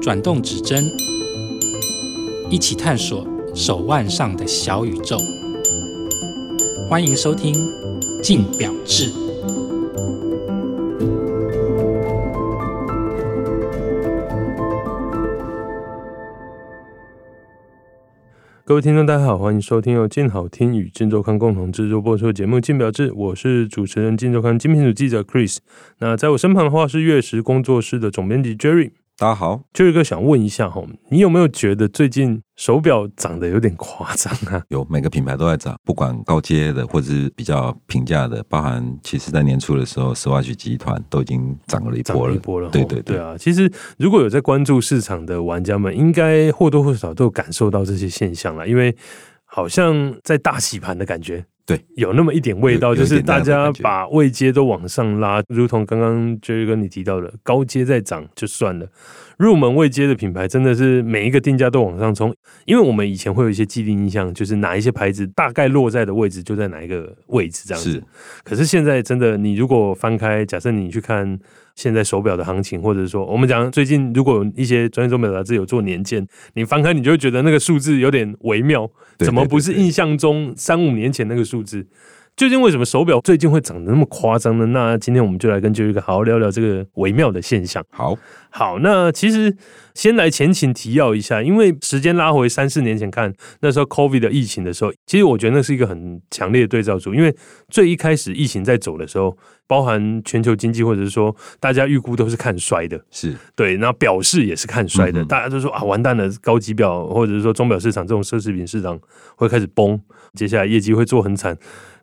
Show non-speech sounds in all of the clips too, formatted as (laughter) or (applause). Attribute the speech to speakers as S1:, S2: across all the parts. S1: 转动指针，一起探索手腕上的小宇宙。欢迎收听《静表志》。
S2: 各位听众，大家好，欢迎收听由静好听与静周刊共同制作播出的节目《静表志》，我是主持人静周刊精品组记者 Chris。那在我身旁的话是月食工作室的总编辑 Jerry。
S3: 大家好，
S2: Jerry 哥想问一下哈，你有没有觉得最近手表涨得有点夸张啊？
S3: 有每个品牌都在涨，不管高阶的或者是比较平价的，包含其实在年初的时候，Swatch 集团都已经涨了一
S2: 涨
S3: 波
S2: 了
S3: 了。
S2: 一波了齁，
S3: 对对
S2: 对啊！其实如果有在关注市场的玩家们，应该或多或少都有感受到这些现象了，因为好像在大洗盘的感觉。
S3: 对，
S2: 有那么一点味道，
S3: 有有
S2: 就
S3: 一
S2: 是
S3: 点
S2: 大
S3: 那样的
S2: 家
S3: 感觉
S2: 把位阶都往上拉，如同刚刚 Jerry 哥你提到的，高阶在涨就算了，入门位阶的品牌真的是每一个定价都往上冲，因为我们以前会有一些既定印象，就是哪一些牌子大概落在的位置就在哪一个位置这样子
S3: 是。
S2: 可是现在真的，你如果翻开，假设你去看现在手表的行情，或者说我们讲最近如果有一些专业手表杂志有做年鉴，你翻开你就会觉得那个数字有点微妙，
S3: 对
S2: 怎么
S3: 对
S2: 不是
S3: 对对
S2: 印象中三五年前那个数字？究竟为什么手表最近会涨得那么夸张呢？那今天我们就来跟 Jerry 哥好好聊聊这个微妙的现象。
S3: 好，
S2: 好，那其实先来前情提要一下，因为时间拉回三四年前看，那时候 COVID 的疫情的时候，其实我觉得那是一个很强烈的对照组，因为最一开始疫情在走的时候，包含全球经济或者是说大家预估都是看衰的，
S3: 是
S2: 对，那表示也是看衰的，
S3: 嗯哼
S2: 大家都说啊，完蛋了，高级表或者是说钟表市场这种奢侈品市场会开始崩，接下来业绩会做很惨。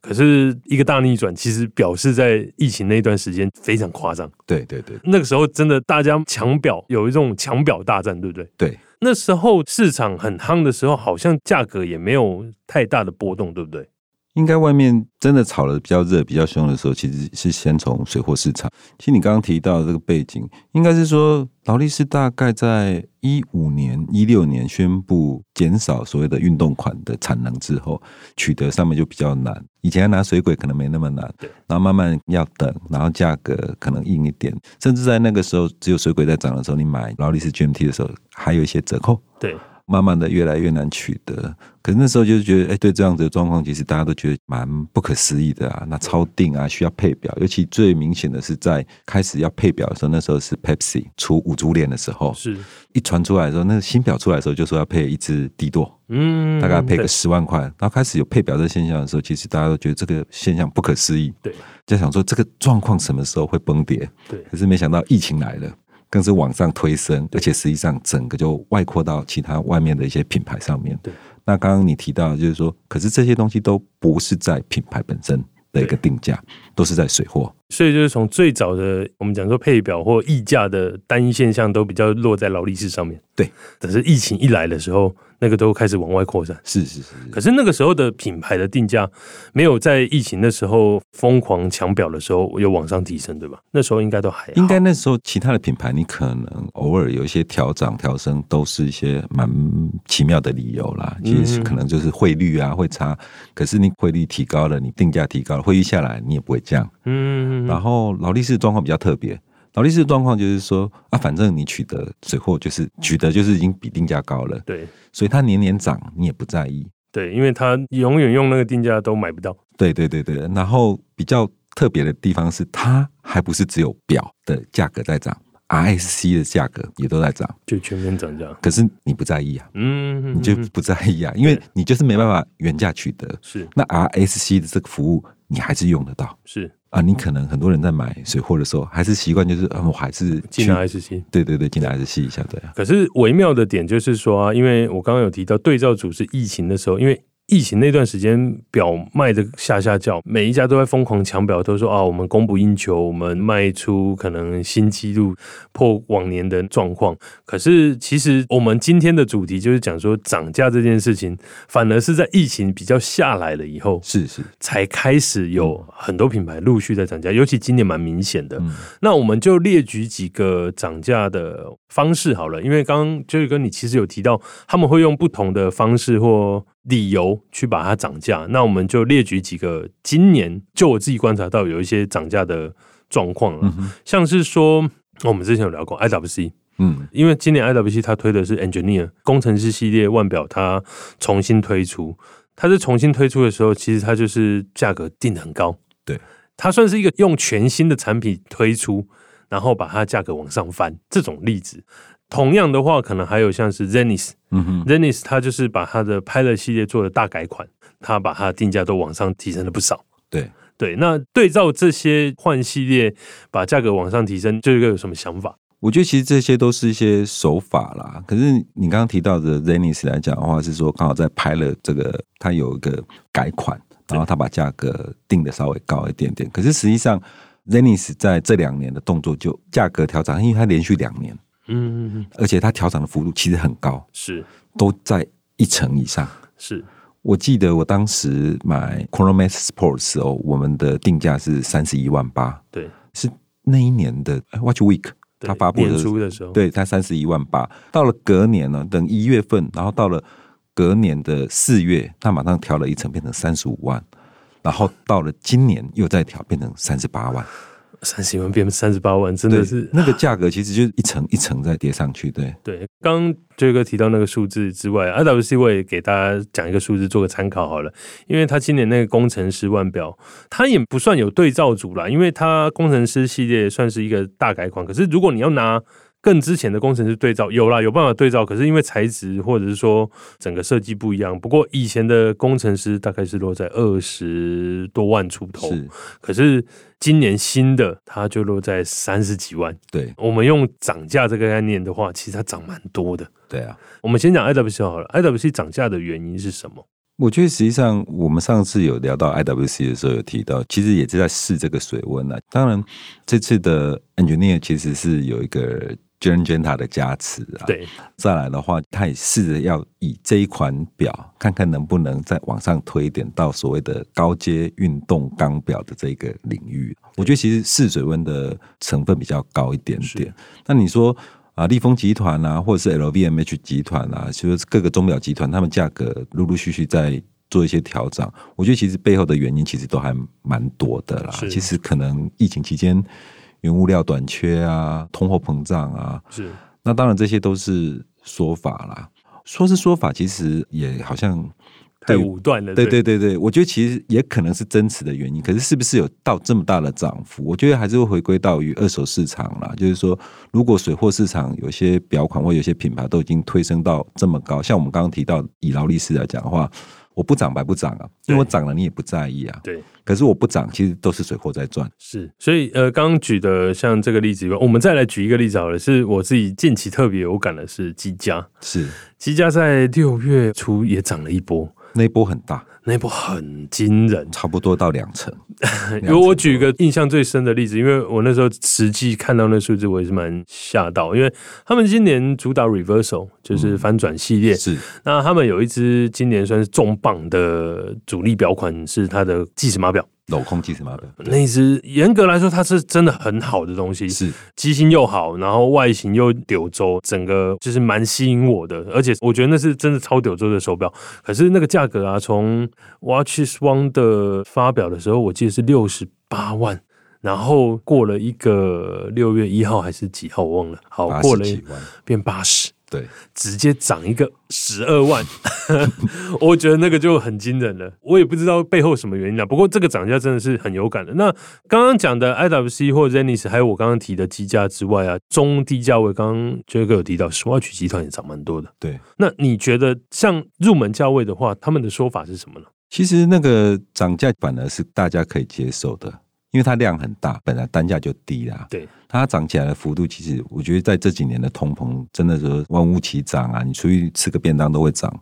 S2: 可是一个大逆转，其实表示在疫情那段时间非常夸张。
S3: 对对对
S2: 那个时候真的大家抢表有一种抢表大战，对不对？
S3: 对，
S2: 那时候市场很夯的时候，好像价格也没有太大的波动，对不对？
S3: 应该外面真的炒的比较热、比较凶的时候，其实是先从水货市场。其实你刚刚提到的这个背景，应该是说劳力士大概在一五年、一六年宣布减少所谓的运动款的产能之后，取得上面就比较难。以前拿水鬼可能没那么难，然后慢慢要等，然后价格可能硬一点，甚至在那个时候只有水鬼在涨的时候，你买劳力士 GMT 的时候还有一些折扣。
S2: 对，
S3: 慢慢的越来越难取得。可是那时候就是觉得，哎、对这样子的状况，其实大家都觉得蛮不可思议的啊。那超定啊，需要配表，尤其最明显的是在开始要配表的时候，那时候是 Pepsi 出五足联的时候，
S2: 是，
S3: 一传出来的时候，那个新表出来的时候就说要配一只迪多，
S2: 嗯
S3: 大概配
S2: 对
S3: 个十万块。然后开始有配表这现象的时候，其实大家都觉得这个现象不可思议，
S2: 对
S3: 就想说这个状况什么时候会崩跌？
S2: 对
S3: 可是没想到疫情来了。更是往上推升，
S2: 对
S3: 而且实际上整个就外扩到其他外面的一些品牌上面。
S2: 对，
S3: 那刚刚你提到，就是说，可是这些东西都不是在品牌本身的一个定价，都是在水货。
S2: 所以就是从最早的我们讲说配表或溢价的单一现象，都比较落在劳力士上面。
S3: 对，
S2: 可是疫情一来的时候，那个都开始往外扩散。
S3: 是是是
S2: 可是那个时候的品牌的定价没有在疫情的时候疯狂抢表的时候有往上提升，对吧？那时候应该都还好嗯
S3: 应该那时候其他的品牌，你可能偶尔有一些调涨、调升，都是一些蛮奇妙的理由啦。
S2: 嗯
S3: 其实是可能就是汇率啊会差，可是你汇率提高了，你定价提高了，汇率下来你也不会降。
S2: 嗯，
S3: 然后劳力士的状况比较特别，劳力士的状况就是说啊，反正你取得水货就是
S2: 嗯
S3: 取得就是已经比定价高了，
S2: 对
S3: 所以它年年涨你也不在意。
S2: 对，因为他永远用那个定价都买不到。
S3: 对对对对，然后比较特别的地方是，它还不是只有表的价格在涨，RSC 的价格也都在涨，
S2: 就全面涨价，
S3: 可是你不在意啊，
S2: 嗯，
S3: 你就不在意啊，因为你就是没办法原价取得。
S2: 是
S3: 那 RSC 的这个服务你还是用得到
S2: 是
S3: 啊，你可能很多人在买水货的时候还是习惯就是，嗯，我还是去
S2: 进了 SC。
S3: 对对对，进来还是吸一下，对啊，
S2: 可是微妙的点就是说啊，因为我刚刚有提到对照组是疫情的时候，因为疫情那段时间表卖的下下叫，每一家都在疯狂抢表，都说啊我们供不应求，我们卖出可能新纪录，破往年的状况。可是其实我们今天的主题就是讲说涨价这件事情，反而是在疫情比较下来了以后，
S3: 是是，
S2: 才开始有很多品牌陆续在涨价，尤其今年蛮明显的。
S3: 嗯
S2: 那我们就列举几个涨价的方式好了，因为刚刚就是跟你其实有提到，他们会用不同的方式或理由去把它涨价。那我们就列举几个今年就我自己观察到有一些涨价的状况了，啊
S3: 嗯哼，
S2: 像是说哦我们之前有聊过 IWC，
S3: 嗯
S2: 因为今年 IWC 它推的是 Engineer 工程师系列腕表，它重新推出。它是重新推出的时候，其实它就是价格定的很高，
S3: 对，
S2: 它算是一个用全新的产品推出，然后把它价格往上翻这种例子。同样的话，可能还有像是 Zenis，
S3: 嗯哼，
S2: Zenis 它就是把它的 Pilot 系列做了大改款，它把它的定价都往上提升了不少。
S3: 对，
S2: 对，那对照这些换系列，把价格往上提升，这个有什么想法？
S3: 我觉得其实这些都是一些手法啦。可是你刚刚提到的 Zenis 来讲的话，是说刚好在拍了这个，它有一个改款，然后它把价格定的稍微高一点点。可是实际上，Zenis 在这两年的动作就价格调整，因为它连续两年，
S2: 嗯，
S3: 而且它调整的幅度其实很高，
S2: 是
S3: 都在一成以上。
S2: 是，
S3: 我记得我当时买 Chronomax Sport 的时候，我们的定价是三十一万八，
S2: 对，
S3: 是那一年的哎 Watch Week
S2: 对
S3: 它发布
S2: 年
S3: 的
S2: 初的时候，，
S3: 对，才三十一万八。到了隔年呢，等一月份，然后到了隔年的四月，它马上调了一层，变成三十五万。然后到了今年又再调，变成三十八万。
S2: (laughs) 三十万变三十八万，真
S3: 对
S2: 的是，
S3: 那个价格，其实就是一层一层在叠上去。对，
S2: 对。刚刚这个提到那个数字之外，IWC 我也给大家讲一个数字做个参考好了，因为它今年那个工程师腕表，它也不算有对照组啦，因为它工程师系列算是一个大改款。可是如果你要拿更之前的工程师对照，有啦，有办法对照，可是因为材质或者是说整个设计不一样。不过以前的工程师大概是落在二十多万出头，
S3: 是，
S2: 可是今年新的它就落在三十几万。
S3: 对，
S2: 我们用涨价这个概念的话，其实它涨蛮多的。
S3: 对啊。
S2: 我们先讲 IWC 好了，IWC 涨价的原因是什么？
S3: 我觉得实际上，我们上次有聊到 IWC 的时候，有提到，其实也是在试这个水温啊。当然，这次的 engineer 其实是有一个 j e n j e n t a 的加持啊。，
S2: 对，
S3: 再来的话，他也试着要以这一款表，看看能不能再往上推一点，到所谓的高阶运动钢表的这个领域。我觉得其实试水温的成分比较高一点点
S2: 是。
S3: 那你说啊，立丰集团啊，或者是 LVMH 集团啊，就是各个钟表集团，他们价格陆陆续续在做一些调整。我觉得其实背后的原因其实都还蛮多的啦
S2: 是。
S3: 其实可能疫情期间原物料短缺啊，通货膨胀啊，
S2: 是
S3: 那当然这些都是说法啦。说是说法，其实也好像
S2: 太武断了。
S3: 对对对对，我觉得其实也可能是真实的原因，可是是不是有到这么大的涨幅？我觉得还是会回归到于二手市场啦。就是说，如果水货市场有些表款或有些品牌都已经推升到这么高，像我们刚刚提到以劳力士来讲的话，我不涨白不涨啊，因为我涨了你也不在意啊。
S2: 对，
S3: 可是我不涨，其实都是水货在赚。
S2: 是，所以呃，刚刚举的像这个例子以外，我们再来举一个例子好了，是我自己近期特别有感的是积家，
S3: 是
S2: 积家在六月初也涨了一波，
S3: 那一波很大，
S2: 那一波很惊人。
S3: 差不多到两 (laughs) 成。
S2: 因为我举一个印象最深的例子，因为我那时候实际看到那数字，我也是蛮吓到，因为他们今年主打 reversal 就是翻转系列，
S3: 嗯是
S2: 那他们有一支今年算是重磅的主力表款，是它的计时码表。
S3: 镂空计时码表，
S2: 那一只严格来说，它是真的很好的东西，
S3: 是
S2: 机芯又好，然后外形又柳州，整个就是蛮吸引我的，而且我觉得那是真的超柳州的手表。可是那个价格啊，从 Watch Swan 的发表的时候，我记得是六十八万，然后过了一个六月一号还是几号我忘了，好
S3: 八
S2: 过
S3: 十
S2: 了
S3: 几万，
S2: 变八十，
S3: 对。
S2: 直接涨一个十二万， (laughs) 我觉得那个就很惊人了。我也不知道背后什么原因了、啊不过这个涨价真的是很有感的。那刚刚讲的 IWC 或 Zenis，还有我刚刚提的机价之外啊，中低价位，刚刚杰哥有提到 Swatch 集团也涨蛮多的。
S3: 对，
S2: 那你觉得像入门价位的话，他们的说法是什么呢？
S3: 其实那个涨价反而是大家可以接受的，因为它量很大，本来单价就低啦。
S2: 对，
S3: 它涨起来的幅度，其实我觉得在这几年的通膨，真的说万物齐涨啊，你出去吃个便当都会涨。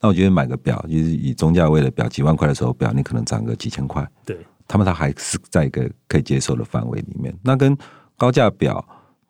S3: 那我觉得买个表，就是以中价位的表，几万块的手表，你可能涨个几千块。
S2: 对，
S3: 他们它还是在一个可以接受的范围里面。那跟高价表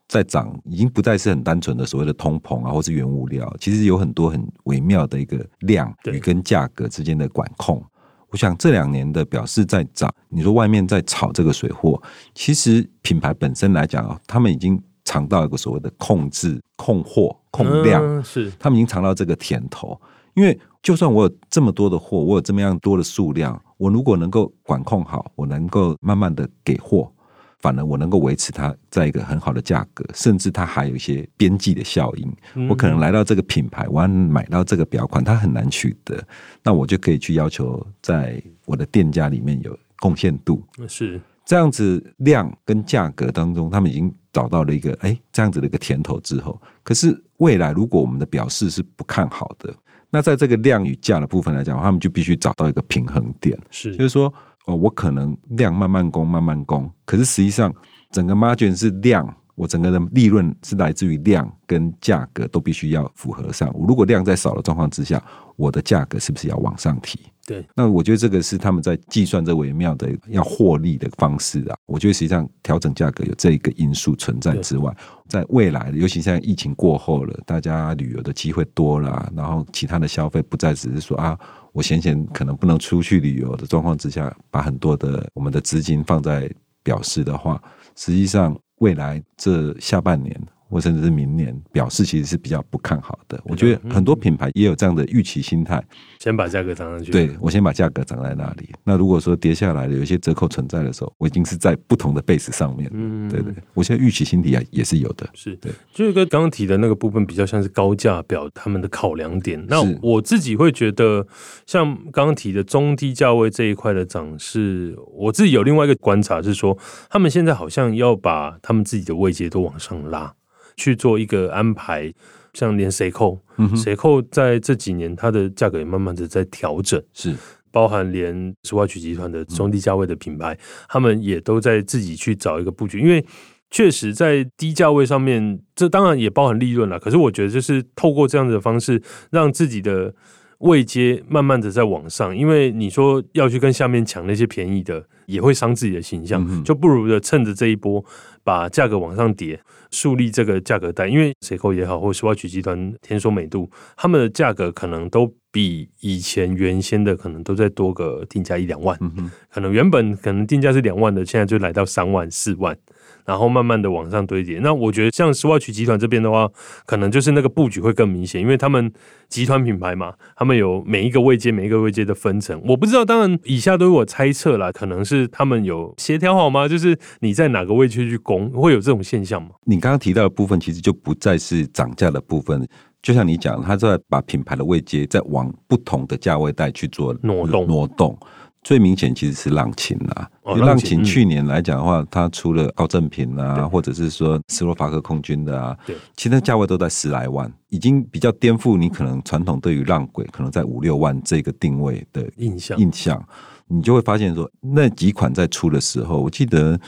S3: 在涨，已经不再是很单纯的所谓的通膨啊，或是原物料，其实有很多很微妙的一个量
S2: 对
S3: 与跟价格之间的管控。我想这两年的表示在涨，你说外面在炒这个水货，其实品牌本身来讲啊，他们已经尝到一个所谓的控制、控货、控量。
S2: 嗯是
S3: 他们已经尝到这个甜头。因为就算我有这么多的货，我有这么样多的数量，我如果能够管控好，我能够慢慢的给货，反而我能够维持它在一个很好的价格，甚至它还有一些边际的效应。
S2: 嗯
S3: 我可能来到这个品牌，我要买到这个表款，它很难取得，那我就可以去要求在我的店家里面有贡献度。
S2: 是
S3: 这样子量跟价格当中，他们已经找到了一个哎、这样子的一个甜头之后，可是未来如果我们的表示是不看好的，那在这个量与价的部分来讲，他们就必须找到一个平衡点。
S2: 是
S3: 就是说，哦，我可能量慢慢供，慢慢供，可是实际上整个 margin 是量，我整个的利润是来自于量跟价格都必须要符合上。如果量在少的状况之下，我的价格是不是要往上提？
S2: 对，
S3: 那我觉得这个是他们在计算这微妙的要获利的方式啊。我觉得实际上调整价格有这一个因素存在之外，在未来，尤其像疫情过后了，大家旅游的机会多了啊，然后其他的消费不再只是说啊，我闲闲可能不能出去旅游的状况之下，把很多的我们的资金放在表示的话，实际上未来这下半年。或甚至是明年表示其实是比较不看好的，我觉得很多品牌也有这样的预期心态，
S2: 先把价格涨上去。
S3: 对我先把价格涨在那里。那如果说跌下来了，有一些折扣存在的时候，我已经是在不同的 base 上面。
S2: 嗯，
S3: 对对，我现在预期心理啊也是有的。
S2: 是
S3: 对，
S2: 就是跟刚刚提的那个部分比较像是高价表他们的考量点。那
S3: 是
S2: 我自己会觉得，像刚刚提的中低价位这一块的涨势，我自己有另外一个观察是说，他们现在好像要把他们自己的位阶都往上拉，去做一个安排。像连谁扣，
S3: 嗯哼，
S2: 谁扣在这几年它的价格也慢慢的在调整。
S3: 是
S2: 包含连 Swatch 集团的中低价位的品牌，他们也都在自己去找一个布局，因为确实在低价位上面，这当然也包含利润了。可是我觉得就是透过这样子的方式，让自己的位阶慢慢的在往上，因为你说要去跟下面抢那些便宜的，也会伤自己的形象，
S3: 嗯哼
S2: 就不如的趁着这一波把价格往上叠，树立这个价格带。因为谁扣也好，或 Swatch 集团、天梭美度，他们的价格可能都比以前原先的可能都再多个定价一两万，
S3: 嗯哼，
S2: 可能原本可能定价是两万的，现在就来到三万、四万，然后慢慢的往上堆叠。那我觉得像 Swatch 集团这边的话，可能就是那个布局会更明显，因为他们集团品牌嘛，他们有每一个位阶、每一个位阶的分层。我不知道，当然以下都是我猜测啦，可能是他们有协调好吗？就是你在哪个位阶去攻，会有这种现象吗？
S3: 你刚刚提到的部分，其实就不再是涨价的部分。就像你讲，他在把品牌的位阶在往不同的价位带去做
S2: 挪动
S3: 挪动。最明显其实是浪琴啦，
S2: 哦
S3: 因为
S2: 浪
S3: 浪
S2: 琴嗯
S3: 琴去年来讲的话，它除了高正品
S2: 对
S3: 啊，或者是说斯洛伐克空军的啊，
S2: 对，
S3: 其实那价位都在十来万，已经比较颠覆你可能传统对于浪鬼可能在五六万这个定位的
S2: 印象
S3: 印象，你就会发现说，那几款在出的时候，我记得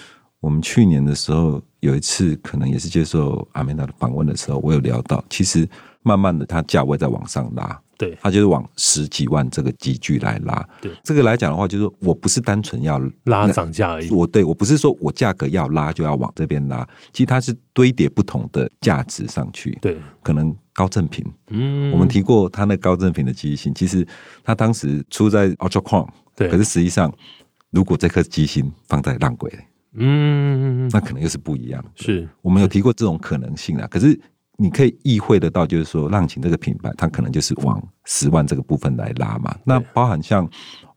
S3: 我们去年的时候有一次，可能也是接受阿美达的访问的时候，我有聊到，其实慢慢的它价位在往上拉，
S2: 对
S3: 它就是往十几万这个集聚来拉。
S2: 对
S3: 这个来讲的话，就是说我不是单纯要
S2: 拉
S3: 那
S2: 涨价而已。
S3: 我对我不是说我价格要拉就要往这边拉，其实它是堆叠不同的价值上去，
S2: 对，
S3: 可能高正品，
S2: 嗯
S3: 我们提过他那高正品的积极性，其实他当时出在 Ultra Chrome，
S2: 对
S3: 可是实际上如果这颗机芯放在浪轨，
S2: 嗯
S3: 那可能又是不一样。
S2: 是
S3: 我们有提过这种可能性啊，可是你可以意会得到，就是说浪琴这个品牌，它可能就是往十万这个部分来拉嘛。那包含像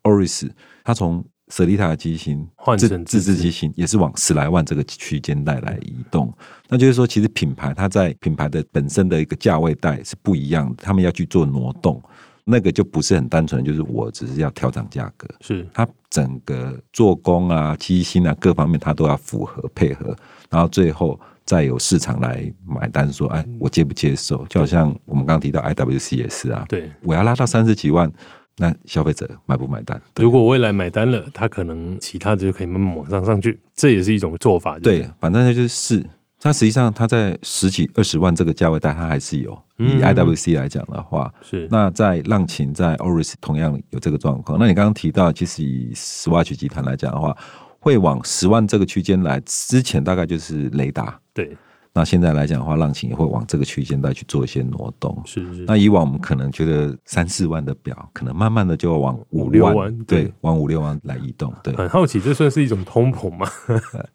S3: Oris，它从舍利塔的机型
S2: 换
S3: 自
S2: 成自
S3: 自
S2: 制
S3: 制机型也是往十来万这个区间带来移动。那就是说，其实品牌它在品牌的本身的一个价位带是不一样的，他们要去做挪动，那个就不是很单纯，就是我只是要调整价格。
S2: 是
S3: 它整个做工啊、机芯啊各方面，它都要符合配合，然后最后再有市场来买单，说，哎，我接不接受？就好像我们刚刚提到 IWC 也是啊，
S2: 对。
S3: 我要拉到三十几万，那消费者买不买单？
S2: 如果未来买单了，它可能其他的就可以慢慢往上上去，这也是一种做法。
S3: 对，反正就是是。它实际上，它在十几、二十万这个价位带，它还是有。以
S2: 嗯
S3: IWC 来讲的话，
S2: 是
S3: 那在浪琴在 Oris 同样有这个状况。那你刚刚提到，其实以 Swatch 集团来讲的话，会往十万这个区间来，之前大概就是雷达。
S2: 对，
S3: 那现在来讲的话，浪琴也会往这个区间再去做一些挪动。
S2: 是是
S3: 那以往我们可能觉得三四万的表，可能慢慢的就要往
S2: 五
S3: 五
S2: 六
S3: 万，
S2: 万
S3: 对，
S2: 对
S3: 往五六万来移动，
S2: (laughs)
S3: 对，
S2: 很好奇，这算是一种通膨吗？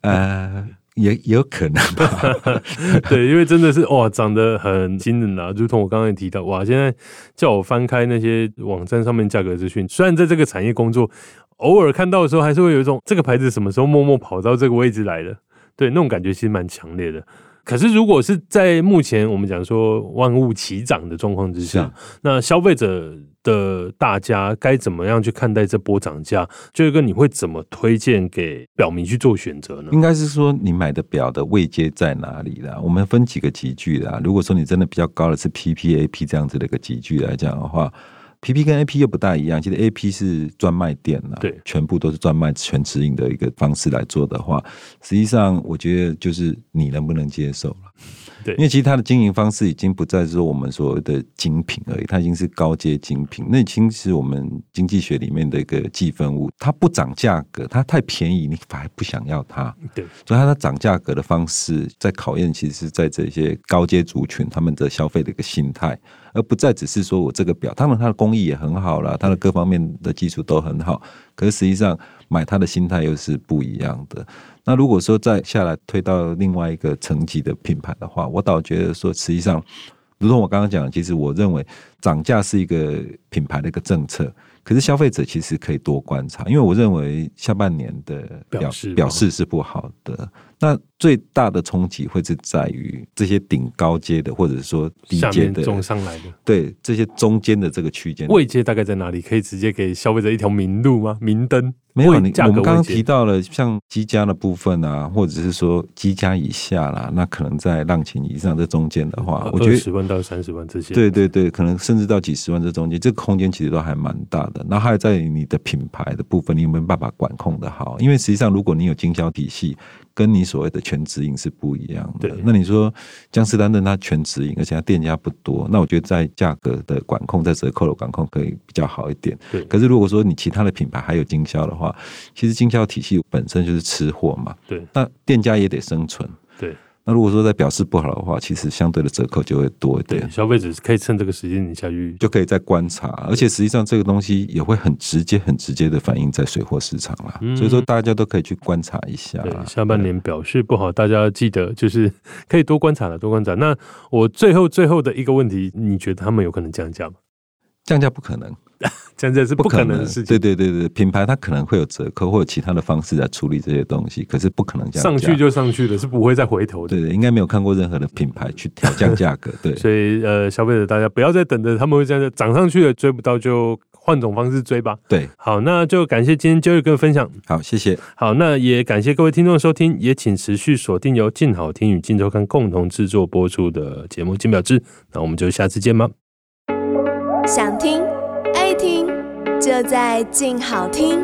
S3: 呃，也也有可能
S2: (laughs)
S3: 吧， (laughs)
S2: 对，因为真的是哇，涨得很惊人啊！如同我刚刚也提到，哇，现在叫我翻开那些网站上面价格资讯，虽然在这个产业工作，偶尔看到的时候，还是会有一种这个牌子什么时候默默跑到这个位置来的。对，那种感觉其实蛮强烈的。可是如果是在目前我们讲说万物齐涨的状况之下，那消费者的大家该怎么样去看待这波涨价？就是跟你会怎么推荐给表明去做选择呢？
S3: 应该是说你买的表的位阶在哪里啦？我们分几个级距啦。如果说你真的比较高的是 PP、AP 这样子的一个级距来讲的话，PP 跟 AP 又不大一样。其实 AP 是专卖店啦，
S2: 对
S3: 全部都是专卖全直营的一个方式来做的话，实际上我觉得就是你能不能接受了。
S2: 对
S3: 因为其实它的经营方式已经不再是说我们所谓的精品而已，它已经是高阶精品。那已经是我们经济学里面的一个计分物，它不涨价格，它太便宜，你反而不想要它。
S2: 对，
S3: 所以它的涨价格的方式，在考验其实是在这些高阶族群他们的消费的一个心态，而不再只是说我这个表，当然它的工艺也很好啦，它
S2: 嗯
S3: 的各方面的技术都很好，可是实际上买它的心态又是不一样的。那如果说再下来推到另外一个层级的品牌的话，我倒觉得说，实际上，如同我刚刚讲的，其实我认为涨价是一个品牌的一个政策，可是消费者其实可以多观察，因为我认为下半年的
S2: 表示
S3: 表示是不好的。那最大的冲击会是在于这些顶高阶的，或者说低
S2: 下
S3: 阶
S2: 面
S3: 的，
S2: 种上来的
S3: 对这些中间的这个区间
S2: 位阶大概在哪里？可以直接给消费者一条明路吗？明灯？
S3: 没有
S2: 位
S3: 你，
S2: 价
S3: 我
S2: 格
S3: 们刚刚
S2: 位阶
S3: 提到了像积家的部分啊，或者是说积家以下啦，那可能在浪琴以上这中间的话，我觉
S2: 呃二
S3: 得
S2: 十万到三十万这些，
S3: 对对对，可能甚至到几十万这中间，这个空间其实都还蛮大的。然后还有在你的品牌的部分，你有没有办法管控的好？因为实际上，如果你有经销体系，跟你所谓的全直营是不一样的
S2: 对。
S3: 那你说江诗丹顿它全直营，而且它店家不多，那我觉得在价格的管控，在折扣的管控可以比较好一点。
S2: 对
S3: 可是如果说你其他的品牌还有经销的话，其实经销体系本身就是吃货嘛，
S2: 对
S3: 那店家也得生存。
S2: 对
S3: 那如果说在表示不好的话，其实相对的啊折扣就会多一点
S2: 对，。消费者是可以趁这个时间你下去
S3: 就可以再观察，而且实际上这个东西也会很直接、很直接的反映在水货市场啦。
S2: 嗯
S3: 所以说大家都可以去观察一下
S2: 对
S3: 啦，。
S2: 下半年表示不好，大家记得就是可以多观察了，多观察。那我最后最后的一个问题，你觉得他们有可能降价吗？
S3: 降价不可能，
S2: 降价是不可能的事情
S3: 对。对对对，品牌它可能会有折扣或者其他的方式来处理这些东西，可是不可能降价。
S2: 上去就上去了，是不会再回头的。
S3: 对对，应该没有看过任何的品牌去调降价格。对，
S2: 所以呃，消费者大家不要再等着他们会这样子涨上去了，追不到就换种方式追吧。
S3: 对，
S2: 好，那就感谢今天 Jerry 跟分享。
S3: 好，谢谢。
S2: 好，那也感谢各位听众的收听，也请持续锁定由静好听与静周刊共同制作播出的节目《金表志》，那我们就下次见吧。
S4: 想听爱听，就在静好听。